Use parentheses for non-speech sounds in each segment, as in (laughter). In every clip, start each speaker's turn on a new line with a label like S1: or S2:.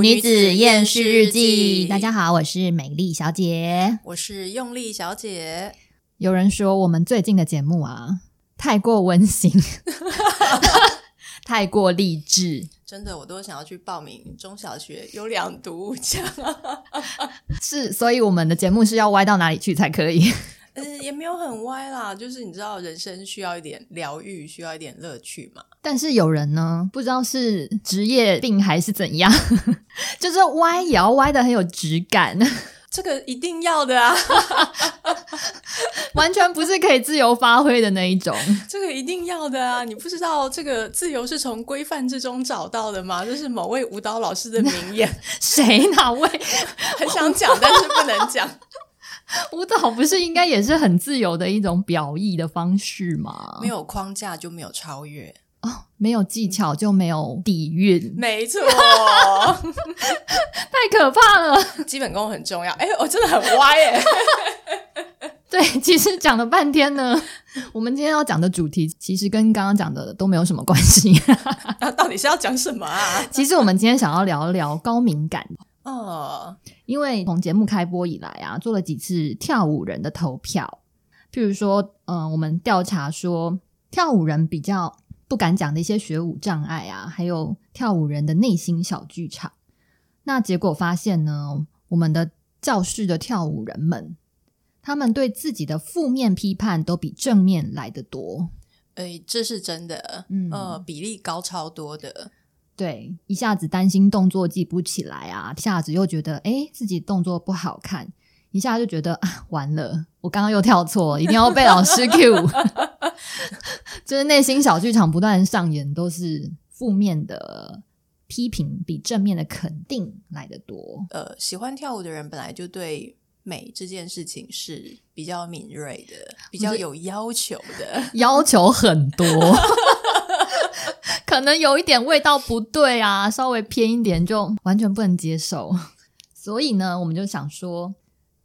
S1: 女子厌世日记
S2: 大家好，我是美丽小姐。
S1: 我是用力小姐，
S2: 有人说我们最近的节目啊，太过温 (laughs) 馨，太过励志，
S1: 真的我都想要去报名中小学优良读物奖， (laughs)
S2: 是，所以我们的节目是要歪到哪里去才可以？
S1: 嗯，也没有很歪啦，就是你知道人生需要一点疗愈，需要一点乐趣嘛。
S2: 但是有人呢，不知道是职业病还是怎样， (laughs) 就是歪也要歪的很有质感，
S1: 这个一定要的啊， (laughs)
S2: 完全不是可以自由发挥的那一种。
S1: 这个一定要的啊！你不知道这个自由是从规范之中找到的吗？这是某位舞蹈老师的名言，
S2: 谁哪位
S1: 很想讲，但是不能讲。
S2: 舞蹈不是应该也是很自由的一种表意的方式吗？
S1: (laughs) 没有框架就没有超越，
S2: 哦，没有技巧就没有底蕴，
S1: 没错，
S2: 太可怕了。
S1: (laughs) 基本功很重要。哎、我真的很歪哎、
S2: 对，其实讲了半天呢，我们今天要讲的主题其实跟刚刚讲的都没有什么关系。
S1: (laughs)
S2: (laughs)
S1: 那到底是要讲什么啊？ (laughs)
S2: 其实我们今天想要聊一聊高敏感，
S1: 哦，
S2: 因为从节目开播以来啊，做了几次跳舞人的投票，譬如说，嗯、我们调查说跳舞人比较不敢讲的一些学舞障碍啊，还有跳舞人的内心小剧场。那结果发现呢，我们的教室的跳舞人们，他们对自己的负面批判都比正面来得多。
S1: 哎，这是真的，
S2: 嗯
S1: 呃，比例高超多的，
S2: 对，一下子担心动作记不起来啊，一下子又觉得哎、诶自己动作不好看，一下就觉得啊完了，我刚刚又跳错，一定要被老师 cue，就是内心小剧场不断上演，都是负面的批评比正面的肯定来得多。
S1: 呃，喜欢跳舞的人本来就对美这件事情是比较敏锐的，比较有要求
S2: (laughs)
S1: 的。
S2: 要求很多， (laughs) 可能有一点味道不对啊，稍微偏一点就完全不能接受。所以呢，我们就想说，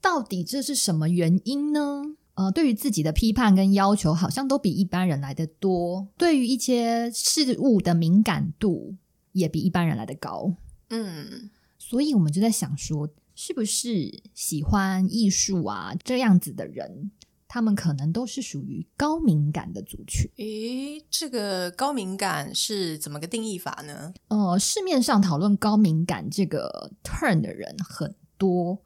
S2: 到底这是什么原因呢？呃，对于自己的批判跟要求，好像都比一般人来的多，对于一些事物的敏感度也比一般人来的高。
S1: 嗯，
S2: 所以我们就在想说，是不是喜欢艺术啊这样子的人，他们可能都是属于高敏感的族群。
S1: 诶，这个高敏感是怎么个定义法呢？
S2: 呃，市面上讨论高敏感这个 turn 的人很多，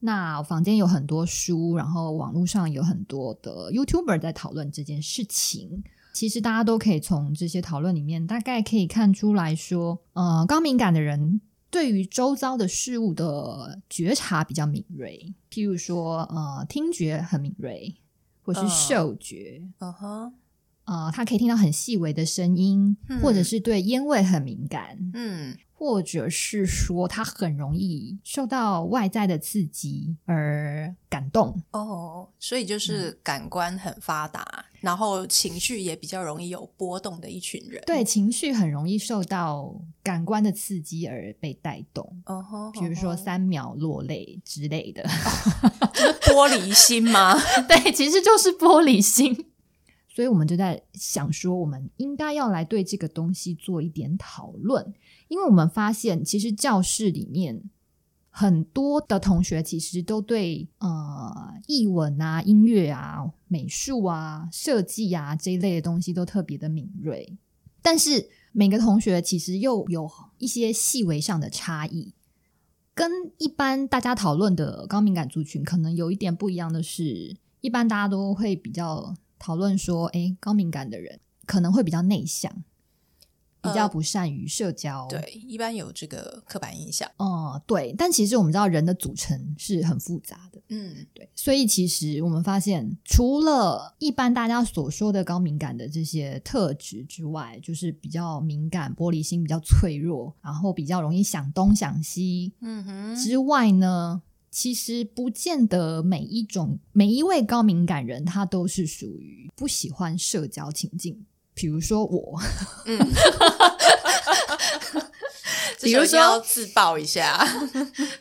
S2: 那房间有很多书，然后网络上有很多的 YouTuber 在讨论这件事情。其实大家都可以从这些讨论里面，大概可以看出来说，呃，高敏感的人对于周遭的事物的觉察比较敏锐，譬如说，呃，听觉很敏锐，或是
S1: 嗯
S2: 嗅觉，
S1: 嗯哼，
S2: 呃，他可以听到很细微的声音，
S1: 嗯
S2: 或者是对烟味很敏感，
S1: 嗯
S2: 或者是说他很容易受到外在的刺激而感动。
S1: 哦，所以
S2: 嗯
S1: 就是感官很发达，然后情绪也比较容易有波动的一群人。
S2: 对，，情绪很容易受到感官的刺激而被带动，
S1: 嗯哼，
S2: 比如说
S1: 嗯哼
S2: 三秒落泪之类的。
S1: 玻璃心吗？ (laughs)
S2: (laughs) 对，其实就是玻璃心。所以我们就在想说，我们应该要来对这个东西做一点讨论，因为我们发现，其实教室里面很多的同学其实都对呃译文啊、音乐啊、美术啊、设计啊这一类的东西都特别的敏锐，但是每个同学其实又有一些细微上的差异。跟一般大家讨论的高敏感族群可能有一点不一样的是，一般大家都会比较讨论说，诶，高敏感的人可能会比较内向，比较
S1: 呃
S2: 不善于社交。
S1: 对，一般有这个刻板印象。
S2: 哦、对。但其实我们知道人的组成是很复杂的，
S1: 嗯，
S2: 对。所以其实我们发现，除了一般大家所说的高敏感的这些特质之外，就是比较敏感、玻璃心、比较脆弱，然后比较容易想东想西，
S1: 嗯哼，
S2: 之外呢，其实不见得每一种每一位高敏感人，他都是属于不喜欢社交情境。比如说我，
S1: 比
S2: 比
S1: 如
S2: 如
S1: 说
S2: 说
S1: 要自爆一
S2: (laughs)
S1: 下，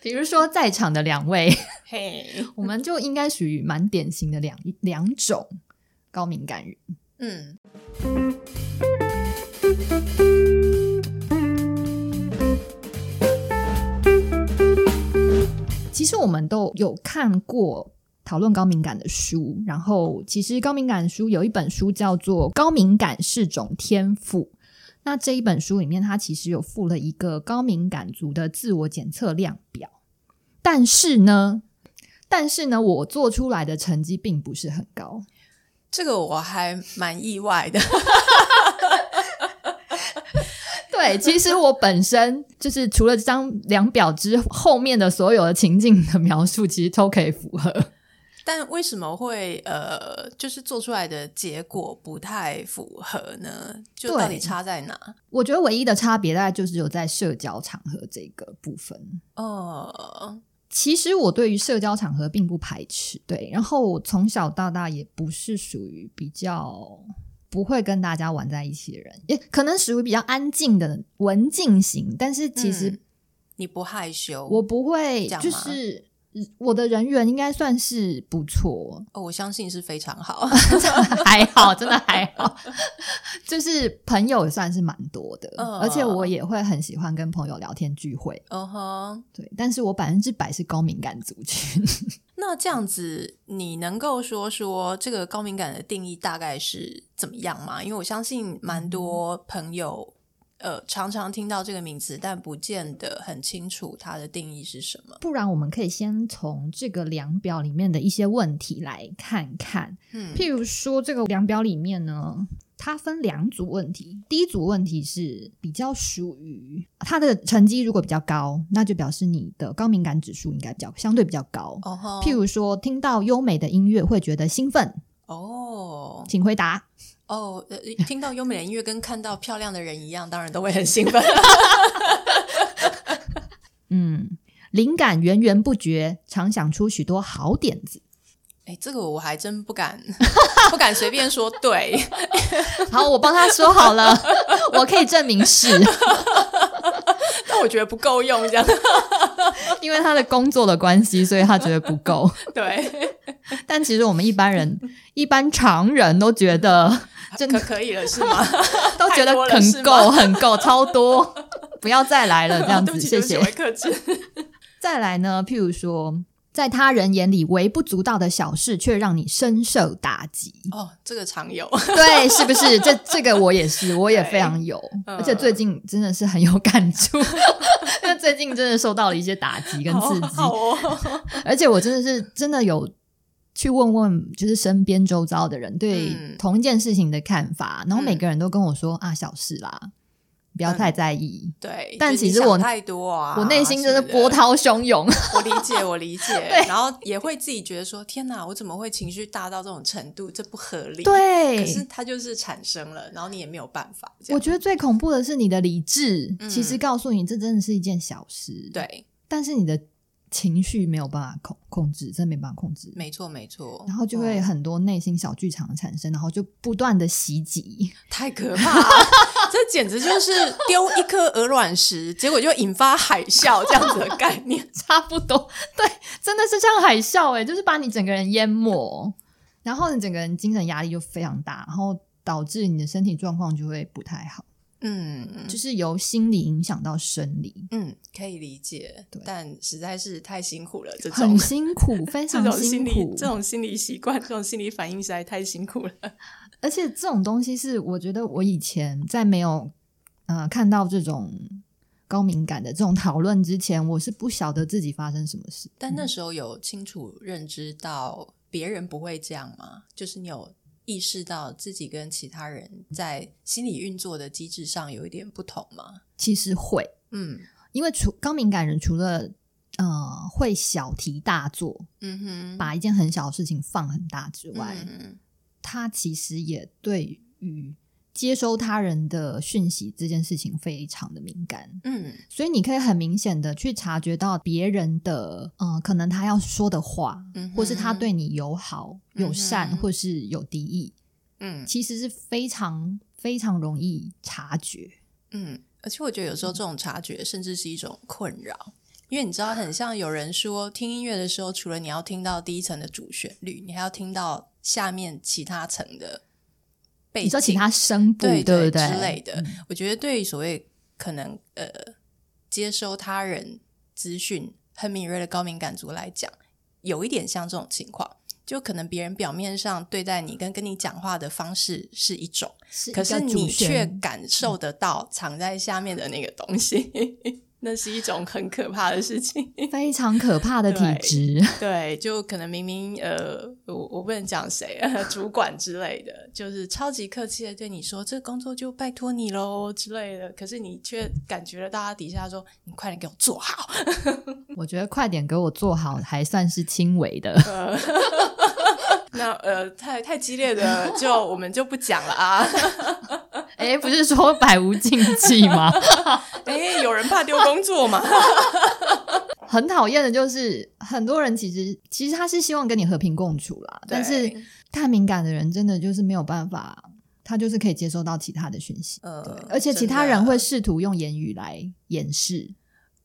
S2: 比如说 (laughs) 在场的两位，
S1: 嘿，
S2: 我们就应该属于蛮典型的两两种高敏感人。
S1: 嗯，
S2: 其实我们都有看过讨论高敏感的书，然后其实高敏感书有一本书叫做《高敏感是种天赋》。那这一本书里面，它其实有附了一个高敏感族的自我检测量表，但是呢，但是呢，我做出来的成绩并不是很高。
S1: 这个我还蛮意外的。 (laughs)
S2: (laughs) 对，其实我本身就是除了这张量表之后面的所有的情境的描述，其实都可以符合。
S1: 但为什么会呃，就是做出来的结果不太符合呢？就到底
S2: 对
S1: 差在哪？
S2: 我觉得唯一的差别大概就是有在社交场合这个部分。
S1: 哦，
S2: 其实我对于社交场合并不排斥，对，然后我从小到大也不是属于比较不会跟大家玩在一起的人，也可能属于比较安静的文静型，但是其实
S1: 嗯你不害羞，
S2: 我不会
S1: 这，样
S2: 就
S1: 吗
S2: 是我的人缘应该算是不错，
S1: 哦我相信是非常
S2: (laughs)
S1: 好。
S2: 还好，真的还好，就是朋友也算是蛮多的，
S1: 嗯
S2: 而且我也会很喜欢跟朋友聊天聚会，
S1: 嗯哼，
S2: 对，但是我百分之百是高敏感族群。
S1: 那这样子，你能够说说这个高敏感的定义大概是怎么样吗？因为我相信蛮
S2: 嗯
S1: 多朋友。呃，常常听到这个名词，但不见得很清楚它的定义是什么。
S2: 不然我们可以先从这个量表里面的一些问题来看看。
S1: 嗯
S2: 譬如说，这个量表里面呢，它分两组问题。第一组问题是比较属于它的成绩如果比较高，那就表示你的高敏感指数应该比较相对比较高。
S1: 哦吼，
S2: 譬如说，听到优美的音乐会觉得兴奋，
S1: 哦
S2: 请回答。
S1: 哦，呃听到优美的音乐跟看到漂亮的人一样，当然都会很兴奋。 (laughs)
S2: 嗯，灵感源源不绝，常想出许多好点
S1: (laughs)
S2: 子。
S1: 哎，这个我还真不敢， (laughs) 不敢随便说对。
S2: 好，我帮他说好了， (laughs) 我可以证明是。 (laughs)
S1: 但我觉得不够用，这样 (laughs)
S2: 因为他的工作的关系，所以他觉得不够。
S1: 对，
S2: 但其实我们一般
S1: (laughs)
S2: 人、一般常人都觉得，真
S1: 可
S2: 的
S1: 可以了是吗？
S2: 都觉得
S1: 太多了是
S2: 很够、
S1: 吗
S2: 很够、超多，不要再来
S1: (laughs)
S2: 了，这样
S1: 对不
S2: 子，谢
S1: 起对不
S2: 谢。
S1: 起我会克制。 (laughs)
S2: 再来呢，譬如说，在他人眼里微不足道的小事，却让你深受打击。
S1: 哦，这个常有， (laughs)
S2: 对，是不是？这这个我也是，我也
S1: 对
S2: 非常有，
S1: 嗯
S2: 而且最近真的是很有感
S1: (laughs)
S2: 触，因为最近真的受到了一些打击跟刺激。
S1: 好好哦。
S2: 而且我真的是真的有去问问，就是身边周遭的人对
S1: 嗯
S2: 同一件事情的看法，然后每
S1: 嗯
S2: 个人都跟我说、啊，小事啦，不要太在意。
S1: 对，
S2: 但
S1: 就是
S2: 其
S1: 你
S2: 实
S1: 想
S2: 我
S1: 太多啊，
S2: 我内心真的
S1: 什么
S2: 波。涛汹
S1: (laughs)
S2: 涌，
S1: 我理解，我理
S2: (laughs)
S1: 解。然后也会自己觉得说：“天哪，我怎么会情绪大到这种程度？这不合理。”。可是
S2: 对。
S1: 它就是产生了，然后你也没有办法。这
S2: 我
S1: 样
S2: 觉得最恐怖的是你的理智，
S1: 嗯
S2: 其实告诉你这真的是一件小事，，
S1: 对，
S2: 但是你的情绪没有办法控控制，真没办法控制，
S1: 没错，没错。
S2: 然后就会
S1: 嗯
S2: 很多内心小剧场的产生，然后就不断的袭击，
S1: 太可怕了， (laughs) 这简直就是丢一颗鹅卵石，结果就引发海啸这样子的概念。
S2: (laughs)
S1: (laughs)
S2: 差不多，对，真的是像海啸哎、就是把你整个人淹没， (laughs) 然后你整个人精神压力就非常大，然后导致你的身体状况就会不太好，
S1: 嗯
S2: 就是由心理影响到生理，
S1: 嗯，可以理解
S2: 对，
S1: 但实在是太辛苦了，这种
S2: 很。辛苦，非
S1: 这
S2: 常
S1: 种
S2: 辛
S1: 心理、
S2: 苦，
S1: 这种心理习惯、这种心理反应实在太辛苦了。
S2: 而且这种东西是我觉得我以前在没有呃看到这种高敏感的这种讨论之前，我是不晓得自己发生什么事，
S1: 但那时候有清楚认知到别人不会这样吗？就是你有意识到自己跟其他人在心理运作的机制上有一点不同吗？
S2: 其实会。
S1: 嗯
S2: 因为除高敏感人除了呃会小题大做，
S1: 嗯哼，
S2: 把一件很小的事情放很大之外，
S1: 嗯
S2: 他其实也对于接收他人的讯息这件事情非常的敏感，
S1: 嗯
S2: 所以你可以很明显的去察觉到别人的呃，可能他要说的话，
S1: 嗯哼
S2: 或是他对你友好、友善，
S1: 嗯哼
S2: 或是有敌意，
S1: 嗯
S2: 其实是非常非常容易察觉。
S1: 嗯，而且我觉得有时候这种察觉甚至是一种困扰，因为你知道，很像有人说，听音乐的时候，除了你要听到第一层的主旋律，你还要听到下面其他层的背景，
S2: 你说请他声部，
S1: 哎对
S2: 不对嗯
S1: 对之类的。我觉得对于所谓可能呃接收他人资讯很敏锐的高敏感族来讲，有一点像这种情况。就可能别人表面上对待你跟跟你讲话的方式是一种，
S2: 是
S1: 可是
S2: 一个主
S1: 你却
S2: 旋
S1: 感受得到藏在下面的那个东西， (laughs) 那是一种很可怕的事情。
S2: 非常可怕的体
S1: (laughs) 对
S2: 质，
S1: (laughs)
S2: (laughs)
S1: 对，就可能明明呃，我我不能讲谁， (laughs) 主管之类的，就是超级客气的对你说，这个工作就拜托你喽之类的，可是你却感觉到大家底下说，你快点给我做好。
S2: 我觉得快点给我做好，还算是轻微的。
S1: (laughs) 那呃，太太激烈 (laughs) 的就我们就不讲了 (laughs) 啊。
S2: 哎，不是说百无禁忌吗？ (laughs)
S1: 哎，有人怕丢工作 (laughs) 吗？
S2: 很讨厌的就是很多人其实其实他是希望跟你和平共处啦，但是
S1: 对
S2: 太敏感的人真的就是没有办法，他就是可以接收到其他的讯息，
S1: 呃，
S2: 而且其
S1: 真
S2: 他
S1: 的
S2: 人会试图用言语来掩饰。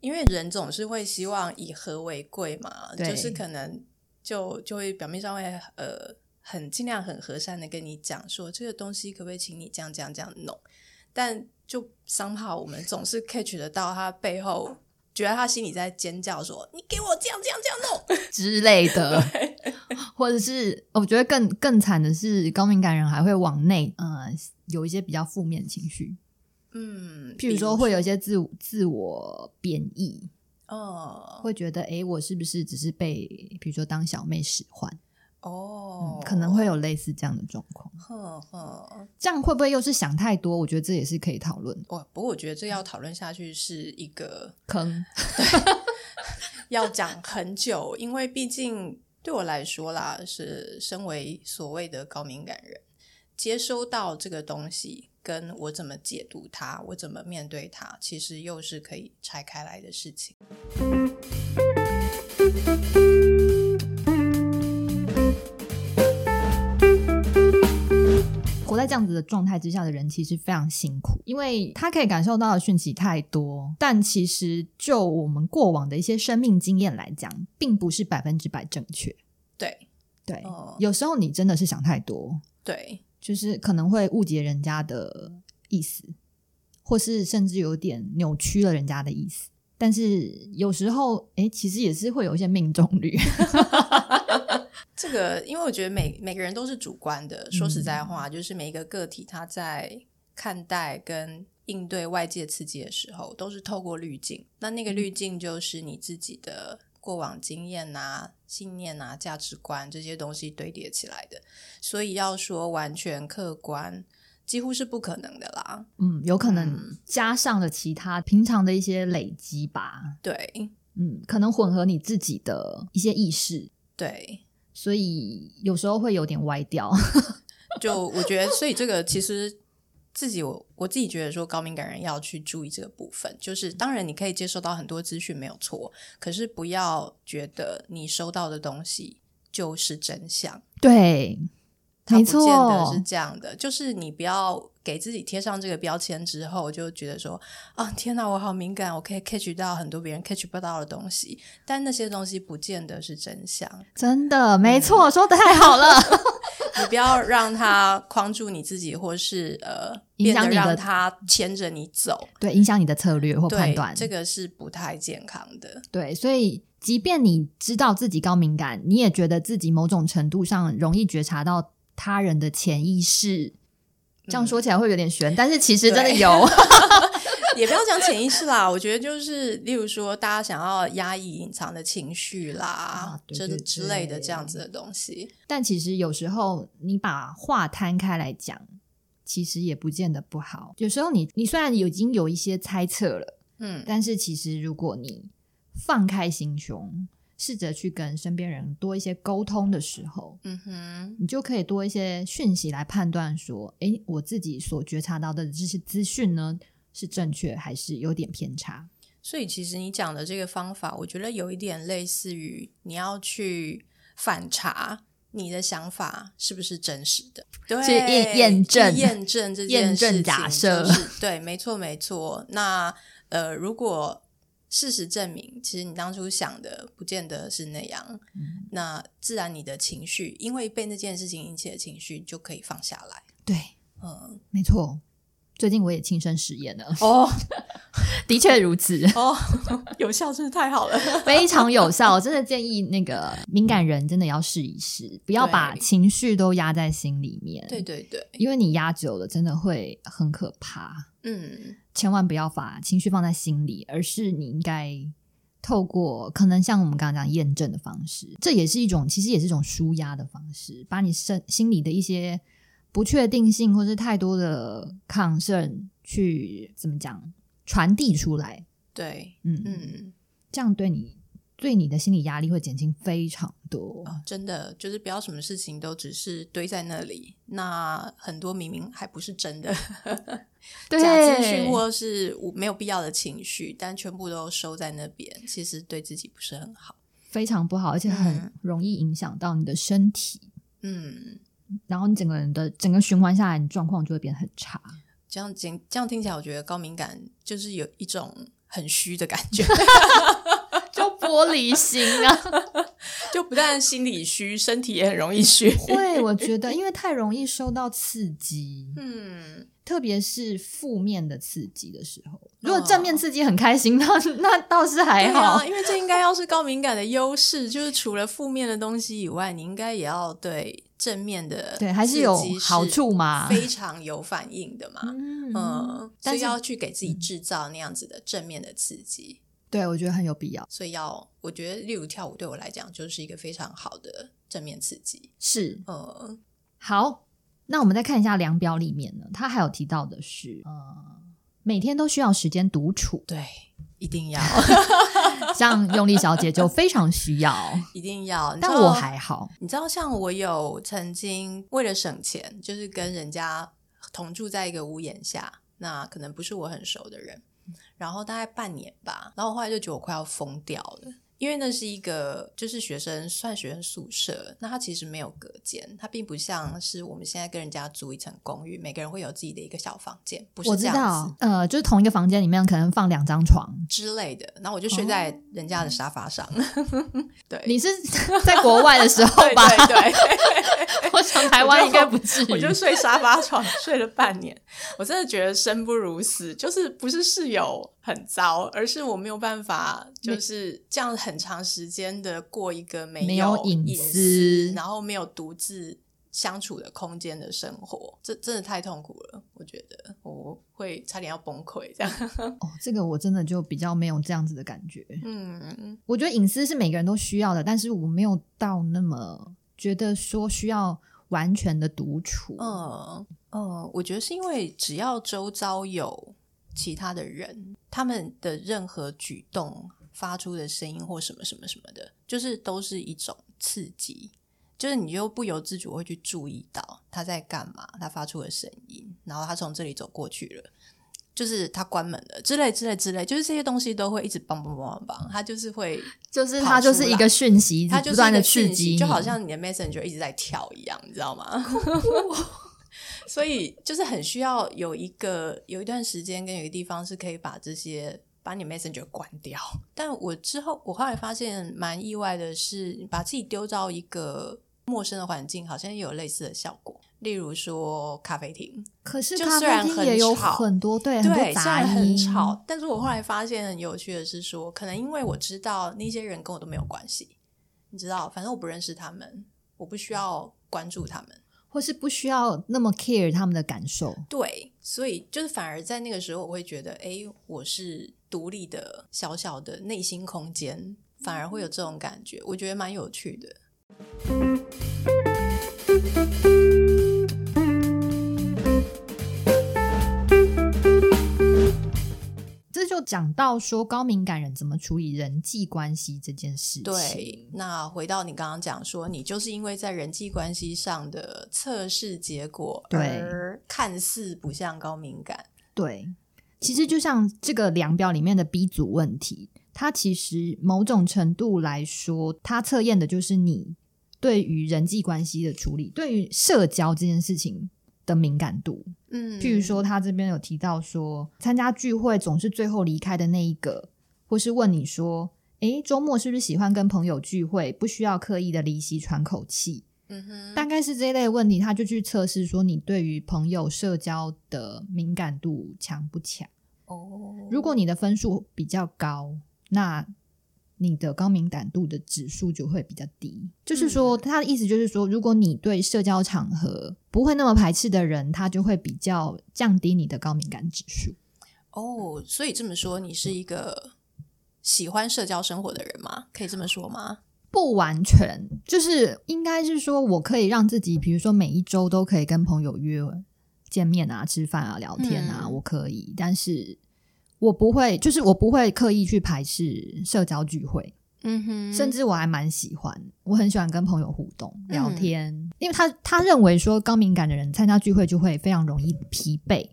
S1: 因为人总是会希望以和为贵嘛，
S2: 对
S1: 就是可能就就会表面上会呃很尽量很和善的跟你讲说这个东西可不可以请你这样这样这样弄，但就 somehow 我们总是 catch 得到他背后。觉得他心里在尖叫说：“你给我这样这样这样弄
S2: 之类的， (laughs) 或者是我觉得更更惨的是，高敏感人还会往内，呃，有一些比较负面情绪，！”
S1: 嗯，
S2: 譬如说会有一些自自我贬义，
S1: 哦
S2: 会觉得诶，我是不是只是被比如说当小妹使唤，
S1: 哦、
S2: 嗯，可能会有类似这样的状况。
S1: 哼哼，
S2: 这样会不会又是想太多？我觉得这也是可以讨论的
S1: 我不过我觉得这要讨论下去是一个
S2: 坑。
S1: 要讲很久，因为毕竟对我来说啦，是身为所谓的高敏感人，接收到这个东西，跟我怎么解读它，我怎么面对它，其实又是可以拆开来的事情。
S2: 活在这样子的状态之下的人，其实非常辛苦，因为他可以感受到的讯息太多，但其实就我们过往的一些生命经验来讲，并不是百分之百正确。
S1: 对
S2: 对，
S1: 哦
S2: 有时候你真的是想太多，
S1: 对，
S2: 就是可能会误解人家的意思，或是甚至有点扭曲了人家的意思。但是有时候，哎，其实也是会有一些命中率。
S1: 这个，因为我觉得每每个人都是主观的。说实在话，就是每一个个体他在看待跟应对外界刺激的时候，都是透过滤镜。那那个滤镜就是你自己的过往经验啊、信念啊、价值观这些东西堆叠起来的。所以要说完全客观，几乎是不可能的啦。
S2: 嗯，有可能
S1: 嗯
S2: 加上了其他平常的一些累积吧，
S1: 对
S2: 嗯，可能混合你自己的一些意识，
S1: 对，
S2: 所以有时候会有点歪掉。 (laughs)
S1: 就我觉得，所以这个其实自己我我自己觉得说，高敏感人要去注意这个部分，就是当然你可以接收到很多资讯没有错，可是不要觉得你收到的东西就是真相，
S2: 对，
S1: 它
S2: 没
S1: 不见得
S2: 错
S1: 是，这样的。就是你不要给自己贴上这个标签之后，就觉得说啊，天哪，我好敏感，我可以 catch 到很多别人 catch 不到的东西，但那些东西不见得是真相。
S2: 真的没
S1: 嗯
S2: 错，说的太好了。 (laughs)
S1: 你不要让它框住你自己，或是呃，
S2: 影
S1: 变
S2: 响
S1: 得
S2: 你的
S1: 让它牵着你走。
S2: 对，影响你的策略或判
S1: 对
S2: 断，，
S1: 这个是不太健康的。
S2: 对，所以即便你知道自己高敏感，你也觉得自己某种程度上容易觉察到他人的潜意识。这样说起来会有点
S1: (laughs)
S2: 悬，但是其实真的
S1: 嗯对
S2: 有。
S1: 也不要讲潜意识啦，我觉得就是，例如说，大家想要压抑、隐藏的情绪啦，
S2: 啊对对
S1: 这之类的
S2: 对
S1: 这样子的东西。
S2: 但其实有时候你把话摊开来讲，其实也不见得不好。有时候你你虽然已经有一些猜测了，
S1: 嗯，
S2: 但是其实如果你放开心胸，试着去跟身边人多一些沟通的时候，
S1: 嗯哼，
S2: 你就可以多一些讯息来判断说，诶，我自己所觉察到的这些资讯呢，是正确还是有点偏差？
S1: 所以其实你讲的这个方法，我觉得有一点类似于你要去反查。你的想法是不是真实的？对，
S2: 去验验证
S1: 去验证这件
S2: 验
S1: 事
S2: 证
S1: 情，
S2: 假设
S1: 就是对，没错没错。那呃，如果事实证明，其实你当初想的不见得是那样，那自然你的情绪，因为被那件事情引起的情绪，就可以放下来。
S2: 对，
S1: 嗯， (laughs)
S2: 没错。最近我也亲身实验了，
S1: 哦，
S2: 的确如此，
S1: 哦，有效真是太好了。 (laughs)
S2: 非常有效。真的建议那个敏感人真的要试一试，不要把
S1: 对
S2: 情绪都压在心里面。
S1: 对对对，
S2: 因为你压久了，真的会很可怕。
S1: 嗯，
S2: 千万不要把情绪放在心里，而是你应该透过可能像我们刚刚讲验证的方式，这也是一种，其实也是一种舒压的方式，把你身心里的一些不确定性或是太多的抗胜去怎么讲传递出来。
S1: 对，
S2: 嗯嗯，
S1: 嗯，
S2: 这样对你对你的心理压力会减轻非常多。
S1: 啊，真的就是不要什么事情都只是堆在那里，那很多明明还不是真的 (laughs) 假资讯或是无没有必要的情绪，但全部都收在那边，其实对自己不是很好。
S2: 非常不好，而且很
S1: 嗯
S2: 容易影响到你的身体。
S1: 嗯，
S2: 然后你整个人的整个循环下来，你状况就会变得很差。
S1: 这样听这样听起来，我觉得高敏感就是有一种很虚的感觉， (laughs)
S2: 就玻璃心啊！
S1: 就不但心里虚，身体也很容易虚。
S2: (laughs)
S1: (laughs)
S2: 会，我觉得因为太容易受到刺激，
S1: 嗯，
S2: 特别是负面的刺激的时候。如果正面刺激很开心，那那倒是还
S1: 对啊，
S2: 好。
S1: 因为这应该要是高敏感的优势，就是除了负面的东西以外，你应该也要对正面的
S2: 对还是有
S1: 刺激
S2: 好处嘛
S1: 非常有反应的嘛。
S2: 嗯
S1: 嗯，所
S2: 但
S1: 以
S2: 是
S1: 要去给自己制造那样子的正面的刺激，
S2: 对我觉得很有必要。
S1: 所以要我觉得，例如跳舞对我来讲就是一个非常好的正面刺激。
S2: 是
S1: 嗯，，
S2: 好，那我们再看一下量表里面呢，它还有提到的是，呃，每天都需要时间独处
S1: 对，一
S2: (laughs)
S1: 定要， (laughs)
S2: 像用力小姐就非常需要，
S1: 一定要。你知
S2: 但
S1: 道
S2: 我还好。
S1: 你知道，像我有曾经为了省钱，就是跟人家同住在一个屋檐下，那可能不是我很熟的人，然后大概半年吧，然后我后来就觉得我快要疯掉了。因为那是一个就是学生算学生宿舍，那它其实没有隔间，它并不像是我们现在跟人家租一层公寓，每个人会有自己的一个小房间，不
S2: 我
S1: 是这
S2: 知
S1: 样子
S2: 道，呃，就是同一个房间里面可能放两张床，
S1: 之类的。然后我就睡在人家的沙
S2: (laughs)
S1: 发上，对，
S2: 哦你是 (laughs) 在国外的时候
S1: 对
S2: 吧？
S1: 对对。
S2: 我想台湾应该不至于。
S1: (laughs) 我就睡沙发床 (laughs) 睡了半年，我真的觉得生不如死。就是不是室友很糟，而是我没有办法，就是这样很长时间的过一个没
S2: 没有
S1: 有
S2: 隐
S1: 隐
S2: 私
S1: 然后没有独自相处的空间的生活，这真的太痛苦了。我觉得我会差点要崩溃，这样。
S2: 哦，这个我真的就比较没有这样子的感觉。
S1: 嗯，
S2: 我觉得隐私是每个人都需要的，但是我没有到那么觉得说需要完全的独处。
S1: 嗯嗯，我觉得是因为只要周遭有其他的人，他们的任何举动、发出的声音或什么什么什么的，就是都是一种刺激，就是你就不由自主会去注意到他在干嘛，他发出的声音，然后他从这里走过去了。就是他关门了之类之类之类，就是这些东西都会一直梆梆梆梆梆，他就是会
S2: 就是
S1: 跑
S2: 它就是
S1: 出
S2: 一
S1: 来
S2: 个讯息，
S1: 它就是
S2: 不断
S1: 一
S2: 的
S1: 个
S2: 刺
S1: 讯
S2: 激
S1: 息，
S2: 你，
S1: 就好像你的 Messenger 一直在跳一样，你知道吗？
S2: 哦
S1: (laughs) 所以就是很需要有一个有一段时间跟有一个地方是可以把这些把你 Messenger 关掉。但我之后我后来发现蛮意外的是，把自己丢到一个陌生的环境，好像也有类似的效果。例如说咖啡厅，
S2: 可是
S1: 就
S2: 咖
S1: 虽
S2: 啡
S1: 然
S2: 厅
S1: 很
S2: 也有
S1: 吵
S2: 很多对很
S1: 对，
S2: 多
S1: 虽
S2: 杂
S1: 然很
S2: 音，
S1: 吵，但是我后来发现很有趣的是说，可能因为我知道那些人跟我都没有关系，你知道，反正我不认识他们，我不需要关注他们，
S2: 或是不需要那么 care 他们的感受。
S1: 对，所以就是反而在那个时候，我会觉得，哎，我是独立的小小的内心空间，反而
S2: 嗯
S1: 会有这种感觉，我觉得蛮有趣的。
S2: 这就讲到说高敏感人怎么处理人际关系这件事情。
S1: 对，那回到你刚刚讲说，你就是因为在人际关系上的测试结果，
S2: 对
S1: 而看似不像高敏感。
S2: 对，其实就像这个量表里面的 B 组问题，它其实某种程度来说，它测验的就是你对于人际关系的处理，对于社交这件事情的敏感度。
S1: 嗯，
S2: 譬如说，他这边有提到说，参加聚会总是最后离开的那一个，或是问你说，诶，周末是不是喜欢跟朋友聚会，不需要刻意的离席喘口气？
S1: 嗯哼，
S2: 大概是这一类问题，他就去测试说你对于朋友社交的敏感度强不强。
S1: 哦，
S2: 如果你的分数比较高，那你的高敏感度的指数就会比较低。就是说，
S1: 嗯
S2: 他的意思就是说，如果你对社交场合不会那么排斥的人，他就会比较降低你的高敏感指数。
S1: 哦，所以这么说，你是一个喜欢社交生活的人吗？可以这么说吗？
S2: 不完全，就是应该是说我可以让自己，比如说每一周都可以跟朋友约见面啊、吃饭啊、聊天啊，
S1: 嗯
S2: 我可以，但是我不会，就是我不会刻意去排斥社交聚会。
S1: 嗯哼
S2: 甚至我还蛮喜欢，我很喜欢跟朋友互动、
S1: 嗯
S2: 聊天，因为他他认为说高敏感的人参加聚会就会非常容易疲惫，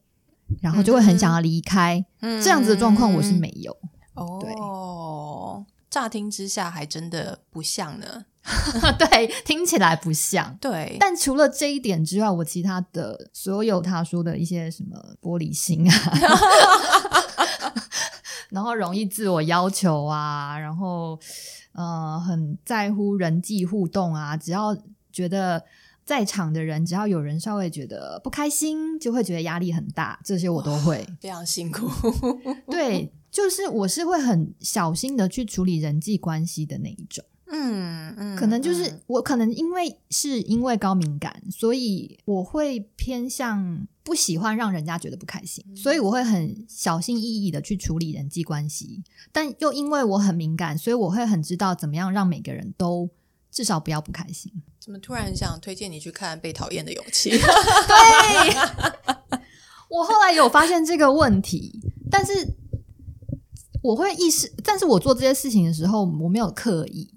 S2: 然后就会
S1: 嗯
S2: 很想要离开。这样子的状况我是没有， (laughs)
S1: 哦。乍听之下，还真的不像呢。
S2: 对，听起来不像。
S1: 对，
S2: 但除了这一点之外，我其他的所有他说的一些什么玻璃心啊， (laughs) 然后容易自我要求啊，然后呃很在乎人际互动啊，只要觉得在场的人只要有人稍微觉得不开心，就会觉得压力很大，这些我都会。
S1: 非常辛 (laughs) 苦。
S2: 对，就是我是会很小心的去处理人际关系的那一种。
S1: 嗯嗯，
S2: 可能就是、
S1: 嗯
S2: 我可能因为是因为高敏感，所以我会偏向不喜欢让人家觉得不开心，
S1: 嗯
S2: 所以我会很小心翼翼的去处理人际关系。但又因为我很敏感，所以我会很知道怎么样让每个人都至少不要不开心。
S1: 怎么突然想推荐你去看《被讨厌的勇 (laughs) 气》？
S2: 对，我后来有发现这个问题，但是我会意识，但是我做这些事情的时候，我没有刻意，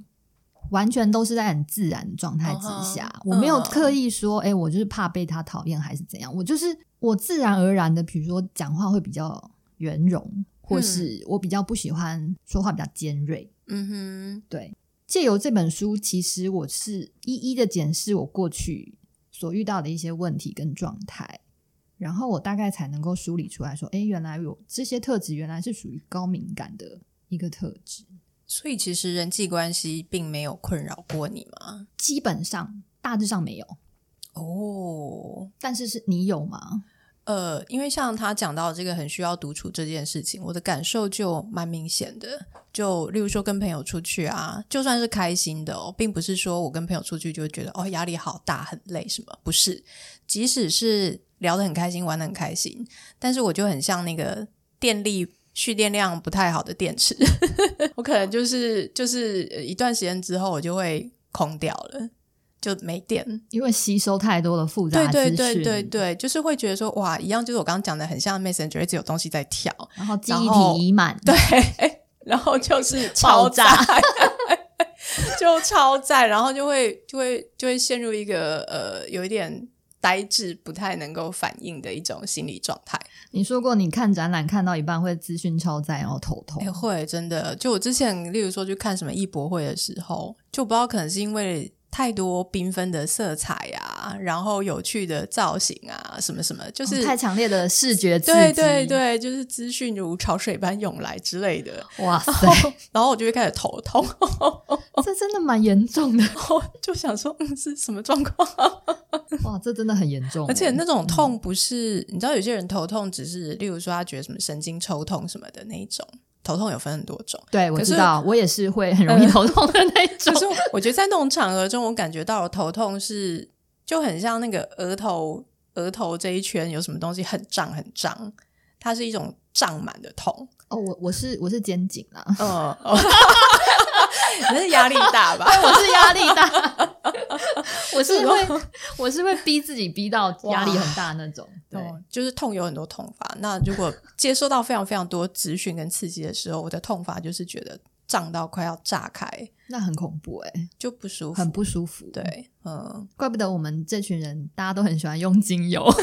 S2: 完全都是在很自然的状态之下
S1: 嗯哼
S2: 我没有刻意说，哎、我就是怕被他讨厌还是怎样，我就是我自然而然的，比如说讲话会比较圆融，或是我比较不喜欢说话比较尖锐，
S1: 嗯
S2: 对，借由这本书，其实我是一一的检视我过去所遇到的一些问题跟状态，然后我大概才能够梳理出来说，诶，原来有这些特质，原来是属于高敏感的一个特质。
S1: 哼，所以其实人际关系并没有困扰过你嘛？
S2: 基本上大致上没有，
S1: 哦，
S2: 但是是你有吗？
S1: 呃，因为像他讲到这个很需要独处这件事情，我的感受就蛮明显的。就例如说跟朋友出去啊，就算是开心的哦，并不是说我跟朋友出去就会觉得哦压力好大、很累什么，不是。即使是聊得很开心、玩得很开心，但是我就很像那个电力蓄电量不太好的电池， (laughs) 我可能就是就是呃一段时间之后我就会空掉了，就没电。
S2: 因为吸收太多的复杂
S1: 对
S2: 资
S1: 对
S2: 讯，
S1: 对对对，就是会觉得说哇，一样就是我刚刚讲的，很像 Messenger，一直有东西在跳，
S2: 然后记
S1: 然
S2: 忆
S1: 后
S2: 体已满，
S1: 对，然后就是超
S2: 爆炸
S1: 载， (laughs) 就超载，然后就会就会就会陷入一个呃有一点呆滞、不太能够反应的一种心理状态。
S2: 你说过你看展览看到一半会资讯超载，然后头痛
S1: 哎、。会真的，就我之前，例如说去看什么艺博会的时候，就不知道可能是因为太多缤纷的色彩啊，然后有趣的造型啊，什么什么，就是、
S2: 哦太强烈的视觉刺
S1: 对
S2: 激，
S1: 对对，就是资讯如潮水般涌来之类的，
S2: 对，哇塞，
S1: 然后我就会开始头痛，
S2: 这真的蛮严重的，
S1: 我就想说，嗯，是什么状况？
S2: 哇，这真的很严重欸。
S1: 而且那种痛不是，你知道，有些人头痛只是，例如说他觉得什么神经抽痛什么的那一种，头痛有分很多种。
S2: 对我
S1: 可
S2: 知
S1: 是嗯
S2: 道，我也是会很容易头痛的那种 (laughs)
S1: 可。是我觉得在那种场合中，我感觉到的头痛是就很像那个额头额头这一圈有什么东西很胀很胀，它是一种胀满的痛。
S2: 哦，我我是我是肩颈啊啦， (laughs)
S1: 嗯，哦 (laughs) 你是压力大吧？
S2: 我是压力大，我是会我是会逼自己逼到压力很大那种。对，
S1: 哦，就是痛有很多痛法。那
S2: (laughs)
S1: 如果接收到非常非常多资讯跟刺激的时候，我的痛法就是觉得胀到快要炸开，
S2: 那很恐怖哎、
S1: 就不舒服。
S2: 很不舒服。，
S1: 对， (laughs) 嗯，
S2: 怪不得我们这群人大家都很喜欢用精油，
S1: (laughs)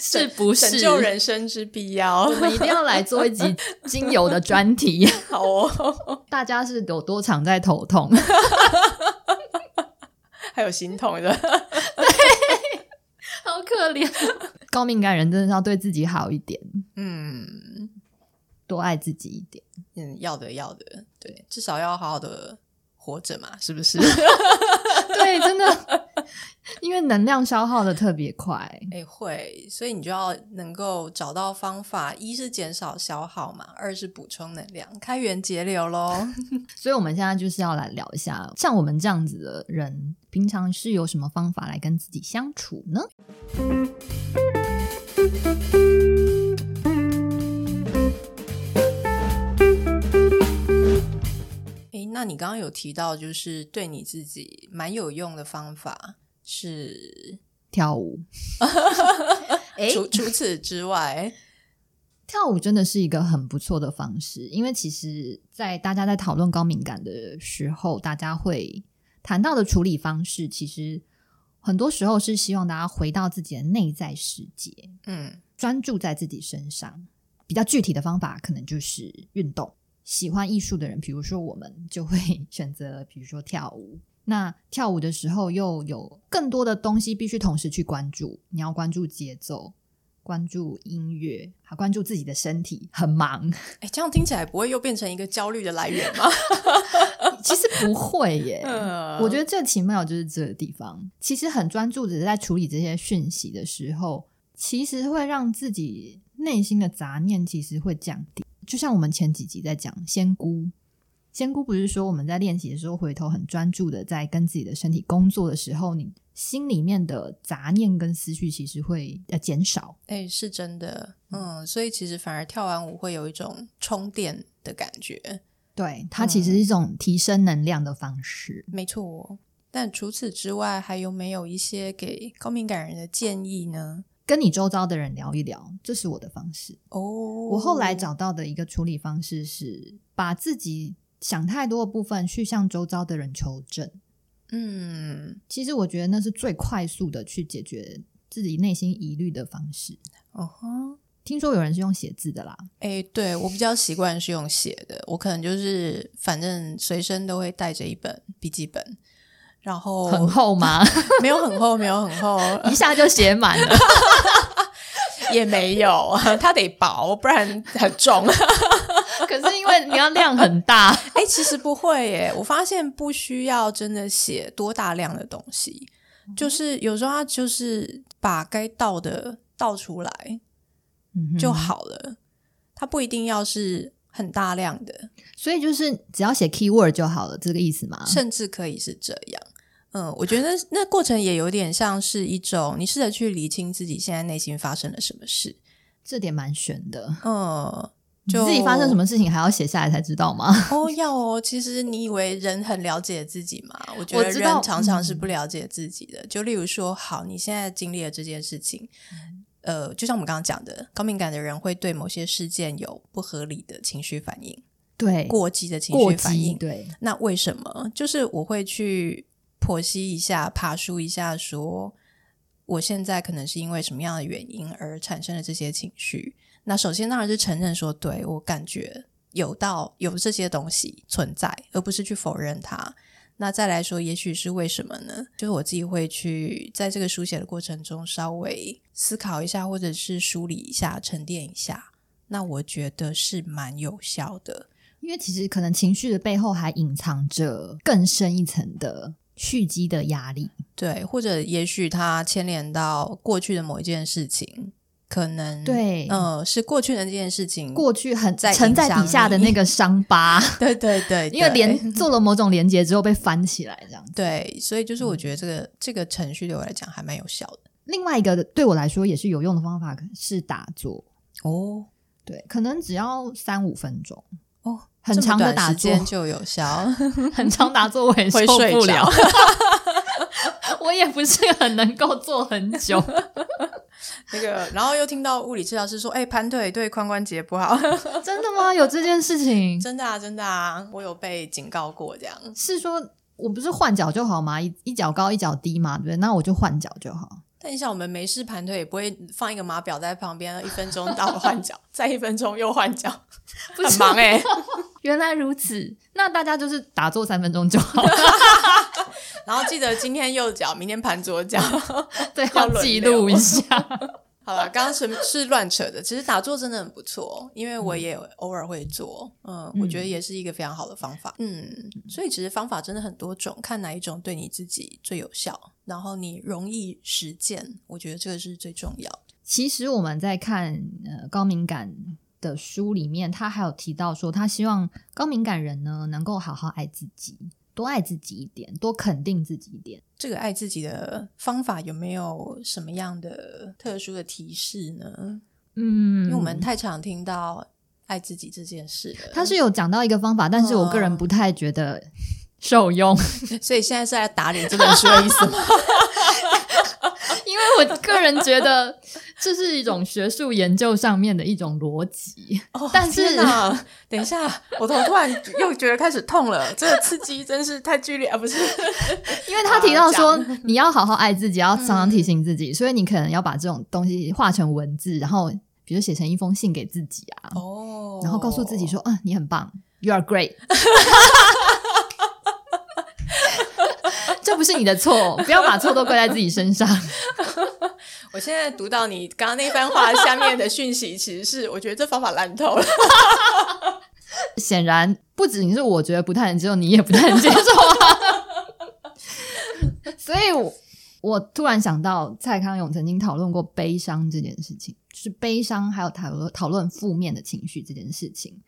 S2: 是不是？
S1: 拯救人生之必 (laughs) 要
S2: 我，们一定要来做一集精油的专
S1: (laughs)
S2: 题。
S1: 好哦。
S2: 大家是有多常在头痛？
S1: 还有心痛的，
S2: 好可怜。 (laughs) 高敏感人真的是要对自己好一点，
S1: (laughs) 嗯
S2: 多爱自己一点。 (laughs)
S1: 嗯，要的要的，
S2: (laughs)
S1: 对，至少要好好的活着嘛，是不是？
S2: 对，真的 (laughs) 因为能量消耗的特别快。
S1: 哎、会，所以你就要能够找到方法，一是减少消耗嘛，二是补充能量，开源节流喽。
S2: 所以我们现在就是要来聊一下，像我们这样子的人，平常是有什么方法来跟自己相处呢？
S1: 诶，那你刚刚有提到，就是对你自己蛮有用的方法是，
S2: 跳舞。 (laughs) 诶
S1: 除除此之外，
S2: 跳舞真的是一个很不错的方式，因为其实，在大家在讨论高敏感的时候，大家会谈到的处理方式，其实很多时候是希望大家回到自己的内在世界，
S1: 嗯
S2: 专注在自己身上。比较具体的方法，可能就是运动。喜欢艺术的人，比如说我们，就会选择，比如说跳舞。那跳舞的时候，又有更多的东西必须同时去关注。你要关注节奏，关注音乐，还关注自己的身体，很忙。
S1: 哎，这样听起来不会又变成一个焦虑的来源吗？ (laughs)
S2: 其实不会耶，
S1: 嗯
S2: 我觉得最奇妙就是这个地方。其实很专注，只是在处理这些讯息的时候，其实会让自己内心的杂念其实会降低。就像我们前几集在讲仙姑，仙姑不是说我们在练习的时候回头很专注的在跟自己的身体工作的时候，你心里面的杂念跟思绪其实会呃减少。
S1: 哎、是真的，嗯，所以其实反而跳完舞会有一种充电的感觉，
S2: 对，它其实是一种提升能量的方式。
S1: 没错哦。但除此之外，还有没有一些给高敏感人的建议呢？
S2: 跟你周遭的人聊一聊，这是我的方式。
S1: 哦，
S2: 我
S1: 我
S2: 后来找到的一个处理方式是，把自己想太多的部分去向周遭的人求证。
S1: 嗯，
S2: 其实我觉得那是最快速的去解决自己内心疑虑的方式。
S1: 哦哈，
S2: 听说有人是用写字的啦，
S1: 哎，对我比较习惯是用写的，我可能就是反正随身都会带着一本笔记本，然后
S2: 很厚
S1: (laughs)
S2: 吗？
S1: 没有很厚，没有很厚， (laughs)
S2: 一下就写满了。
S1: 也没有， (laughs) 它得薄，不然很重。 (laughs)
S2: 可是因为你要量很大，
S1: 哎、其实不会耶，我发现不需要真的写多大量的东西，
S2: 嗯
S1: 就是有时候他就是把该倒的倒出来
S2: 嗯哼
S1: 就。好了，它不一定要是很大量的，
S2: 所以就是只要写 keyword 就好了，这个意思吗？
S1: 甚至可以是这样。嗯，我
S2: (laughs)
S1: 觉得那过程也有点像是一种你试着去理清自己现在内心发生了什么事。
S2: 这点蛮悬的。 (laughs)
S1: 嗯，
S2: 你
S1: 就
S2: 自己发生什么事情还要写下来才知道吗？ (laughs)
S1: 哦，要哦。其实你以为人很了解自己吗？我觉
S2: 我
S1: 得
S2: 知道
S1: 人常常是
S2: 嗯
S1: 不了解自己的。就例如说，好，你现在经历了这件事情，
S2: 嗯
S1: 呃，就像我们刚刚讲的，高敏感的人会对某些事件有不合理的情绪反应、
S2: 对，
S1: 过激的情
S2: 过
S1: 绪反
S2: 激，
S1: 应。
S2: 对，
S1: 那为什么？就是我会去剖析一下、爬梳一下说我现在可能是因为什么样的原因而产生了这些情绪。那首先当然是承认说，对我感觉有到有这些东西存在，而不是去否认它。那再来说，也许是为什么呢？就是我自己会去在这个书写的过程中稍微思考一下，或者是梳理一下、沉淀一下。那我觉得是蛮有效的。
S2: 因为其实可能情绪的背后还隐藏着更深一层的蓄积的压力。
S1: 对，或者也许它牵连到过去的某一件事情，可能，
S2: 对，
S1: 呃，是过去的那件事情，
S2: 过去很
S1: 在
S2: 沉在
S1: 影响
S2: 底下的那
S1: (laughs)
S2: 个伤疤，
S1: 对对对，
S2: (laughs) 因为
S1: 对 (laughs)
S2: 连做了某种连接之后被翻起来这样子。
S1: 对，所以
S2: 嗯
S1: 就是我觉得这个、这个程序对我来讲还蛮有效的
S2: 另外一个对我来说也是有用的方法是打坐，
S1: 哦
S2: 对，可能只要三五分钟，
S1: 哦，
S2: 很
S1: 这么
S2: 长的
S1: 短
S2: 打
S1: 时
S2: 坐，
S1: 间就有效，
S2: 很长打坐我也受
S1: (laughs) 会睡
S2: 不了
S1: 着，
S2: (laughs) 我也不是很能够坐很
S1: (laughs)
S2: 久。
S1: (laughs)
S2: (laughs)
S1: 那个，然后又听到物理治疗师说，哎、盘腿对髋关节不好， (laughs)
S2: 真的吗？有这件事情？
S1: 真的啊，真的啊，我有被警告过这样。
S2: 是说我不是换脚就好吗？一一脚高一脚低嘛，对不对？那我就换脚就好。
S1: 但你想，我们没事盘腿也不会放一个码表在旁边，一分钟到了换脚，再一分钟又换脚，
S2: 不是
S1: 很忙哎、
S2: 原来如此，那大家就是打坐三分钟就好， (laughs)
S1: 然后记得今天右脚，明天盘左脚。 (laughs)
S2: 对，
S1: 要
S2: 要
S1: 轮
S2: 记
S1: 流
S2: 录一下。
S1: 好了，刚刚是是乱扯的。其实打坐真的很不错，因为我也偶尔会做，嗯，我觉得也是一个非常好的方法。嗯，所以其实方法真的很多种，看哪一种对你自己最有效，然后你容易实践，我觉得这个是最重要的。
S2: (laughs) 其实我们在看呃高敏感的书里面，他还有提到说，他希望高敏感人呢能够好好爱自己，多爱自己一点，多肯定自己一点。
S1: 这个爱自己的方法有没有什么样的特殊的提示呢？
S2: 嗯，
S1: 因为我们太常听到爱自己这件事了，
S2: 他是有讲到一个方法，但是我个
S1: 嗯
S2: 人不太觉得受用，
S1: 所以现在是来打脸这本书的意思吗？
S2: 因为我个人觉得这是一种学术研究上面的一种逻辑。
S1: 哦
S2: 但是
S1: 天哪等一 (laughs) 下，我头突然又觉得开始痛了，这个刺激真是太剧烈啊！不 (laughs) 是，
S2: 因为他提到说
S1: 好，嗯
S2: 你要好好爱自己，要常常提醒自己，所以你可能要把这种东西化成文字，然后比如写成一封信给自己啊，
S1: 哦
S2: 然后告诉自己说，啊，你很棒，You are great。这不是你的错，不要把错都怪在自己身上。
S1: 我现在读到你刚刚那番话下面的讯息，其实是我觉得这方法烂透了。
S2: 显然，不仅是我觉得不太能接受，你也不太能接受啊。 (laughs) 所以我，我突然想到，蔡康永曾经讨论过悲伤这件事情，就是悲伤，还有讨论讨论负面的情绪这件事情。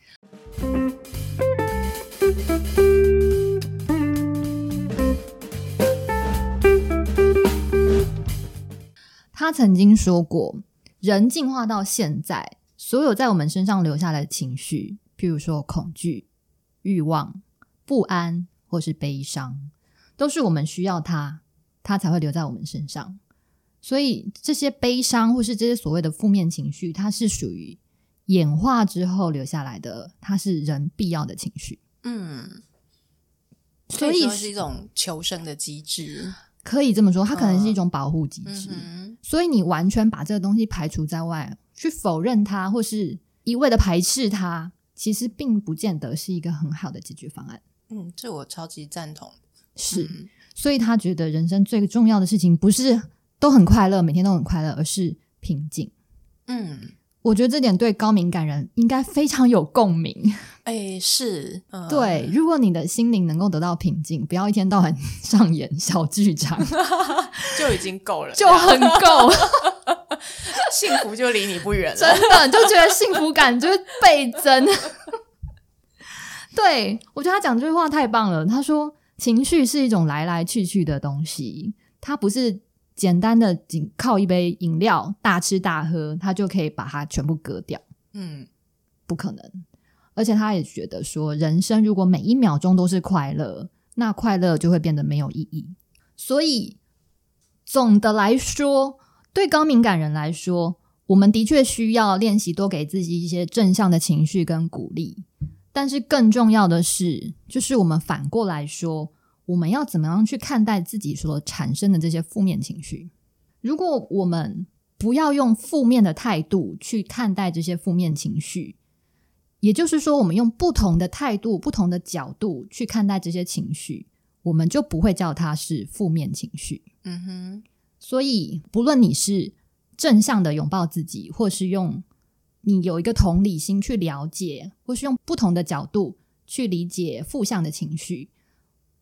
S2: 他曾经说过，人进化到现在，所有在我们身上留下来的情绪，譬如说恐惧、欲望、不安或是悲伤，都是我们需要它，它才会留在我们身上。所以这些悲伤或是这些所谓的负面情绪，它是属于演化之后留下来的，它是人必要的情绪。
S1: (laughs) 嗯，
S2: 所
S1: 可
S2: 以
S1: 说是一种求生的机制。
S2: 可以这么说，它可能是一种保护机
S1: 嗯
S2: 制。
S1: 哼，
S2: 所以你完全把这个东西排除在外，去否认它，或是一味的排斥它，其实并不见得是一个很好的解决方案。
S1: 嗯，这我超级赞同。
S2: 是，
S1: 嗯
S2: 所以他觉得人生最重要的事情不是都很快乐，每天都很快乐，而是平静。
S1: 嗯，
S2: 我觉得这点对高敏感人应该非常有共鸣。
S1: 哎、是，嗯，
S2: 对，如果你的心灵能够得到平静，不要一天到晚上演小剧
S1: (laughs)
S2: 场，
S1: 就已经够了，
S2: 就很够，
S1: 幸福就离你不远
S2: 真
S1: 了。
S2: 的就觉得幸福感就是倍增。 (laughs) 对我觉得他讲这句话太棒了。他说，情绪是一种来来去去的东西，它不是简单的仅靠一杯饮料大吃大喝，它就可以把它全部割掉，
S1: 嗯
S2: 不可能。而且他也觉得说，人生如果每一秒钟都是快乐，那快乐就会变得没有意义。所以，总的来说，对高敏感人来说，我们的确需要练习多给自己一些正向的情绪跟鼓励。但是更重要的是，就是我们反过来说，我们要怎么样去看待自己所产生的这些负面情绪？如果我们不要用负面的态度去看待这些负面情绪，也就是说，我们用不同的态度、不同的角度去看待这些情绪，我们就不会叫它是负面情绪。
S1: 嗯哼，
S2: 所以，不论你是正向的拥抱自己，或是用你有一个同理心去了解，或是用不同的角度去理解负向的情绪，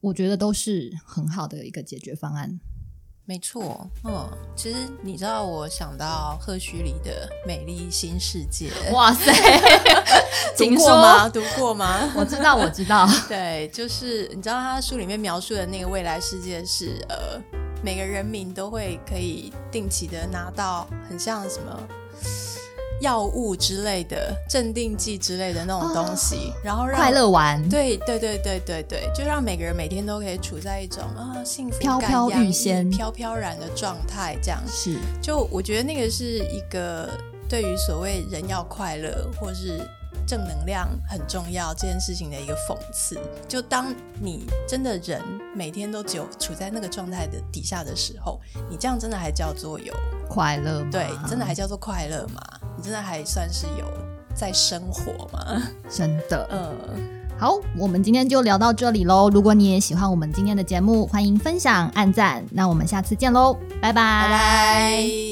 S2: 我觉得都是很好的一个解决方案。
S1: 没错。嗯，其实你知道，我想到赫胥黎的《美丽新世界》，
S2: 哇 (laughs) 塞，
S1: 读过？吗？读过吗？
S2: 我知道，我知道，
S1: (laughs) 对，就是你知道他书里面描述的那个未来世界是呃，每个人民都会可以定期的拿到很像什么药物之类的镇定剂之类的那种东西，然后让
S2: 快。乐玩，
S1: 对对对对对对，就让每个人每天都可以处在一种啊幸福
S2: 飘
S1: 感
S2: 飘
S1: 洋
S2: 欲
S1: 溢
S2: 仙
S1: 飘飘然的状态，这样
S2: 是
S1: 就我觉得那个是一个对于所谓人要快乐或是正能量很重要这件事情的一个讽刺。就当你真的人每天都只有处在那个状态的底下的时候，你这样真的还叫做有
S2: 快乐吗？
S1: 对，真的还叫做快乐吗？你真的还算是有在生活吗？
S2: 真的。
S1: 嗯，
S2: 好，我们今天就聊到这里喽。如果你也喜欢我们今天的节目，欢迎分享、按赞。那我们下次见喽，拜拜
S1: 拜拜。